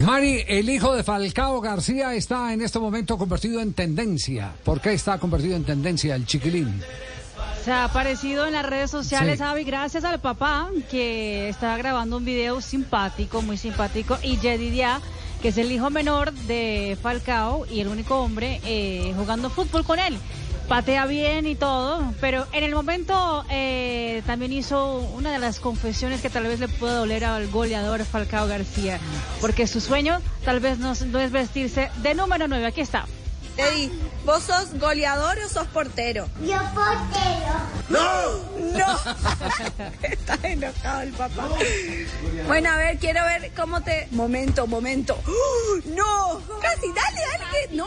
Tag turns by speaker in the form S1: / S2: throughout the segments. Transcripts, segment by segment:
S1: Mari, el hijo de Falcao García está en este momento convertido en tendencia. ¿Por qué está convertido en tendencia el chiquilín?
S2: Se ha aparecido en las redes sociales,
S1: Sí.
S2: Avi, gracias al papá que está grabando un video simpático, muy simpático, y Yedidia, que es el hijo menor de Falcao y el único hombre eh, jugando fútbol con él. Patea bien y todo, pero en el momento eh, también hizo una de las confesiones que tal vez le pueda doler al goleador Falcao García, porque su sueño tal vez no, es- no es vestirse de número 9. Aquí está.
S3: Eddie, ¿vos sos goleador o sos portero? Yo portero. ¡No! ¡No! Está enojado el papá. Bueno, a ver, quiero ver cómo te... Momento, momento. ¡Oh, ¡No! Casi, dale, dale. que- No,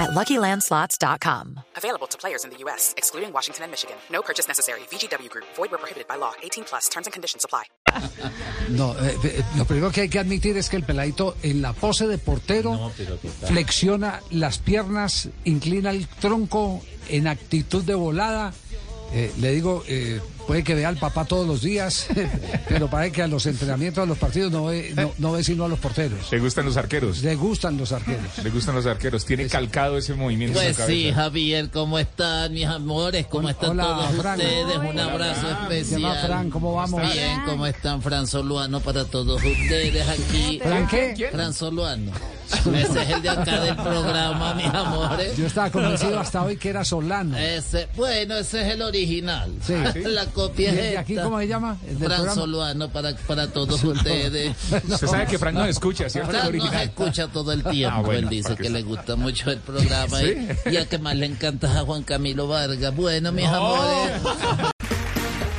S4: at luckylandslots.com.
S5: Available to players in the U.S., excluding Washington and Michigan. No purchase necessary. VGW Group. Void where prohibited by law. 18 plus. Terms and conditions apply.
S1: No, eh, eh, lo primero que hay que admitir es que el peladito en la pose de portero flexiona las piernas, inclina el tronco en actitud de volada. Eh, le digo, eh, puede que vea al papá todos los días, pero parece que a los entrenamientos, a los partidos, no ve, no, no ve sino a los porteros.
S6: ¿Te gustan los arqueros?
S1: Le gustan los arqueros.
S6: ¿Le gustan los arqueros? Tiene calcado ese movimiento en
S7: Pues
S6: su cabeza.
S7: sí, Javier, ¿cómo están mis amores? ¿Cómo están
S1: Hola,
S7: todos
S1: Fran.
S7: ustedes? Un
S1: Hola,
S7: abrazo
S1: Fran.
S7: especial.
S1: ¿Qué más, Fran? ¿Cómo vamos?
S7: Bien, ¿cómo están? Fran Soluano para todos ustedes aquí.
S1: ¿Fran qué?
S7: Fran Soluano. Ese es el de acá del programa, mis amores.
S1: Yo estaba convencido hasta hoy que era Solano.
S7: Ese, bueno, ese es el original.
S1: Sí.
S7: La
S1: ¿Y
S7: copia
S1: el
S7: es
S1: de aquí
S7: esta.
S1: cómo se llama? ¿El del
S7: Fran
S1: programa?
S7: Soluano ah, para, para todos ustedes.
S6: Usted sabe que Frank nos escucha, ¿cierto? El
S7: Fran nos
S6: original.
S7: escucha todo el tiempo.
S6: Ah, bueno,
S7: Él dice
S6: porque
S7: que
S6: sí.
S7: le gusta mucho el programa y, y a que más le encanta es a Juan Camilo Vargas. Bueno, mis amores.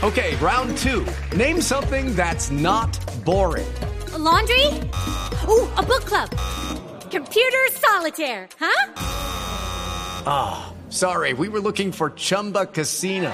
S8: Okay, round two. Name something that's not boring.
S9: laundry? Ooh, a book club. Computer solitaire, huh?
S8: Sorry, we were looking for Chumba Casino.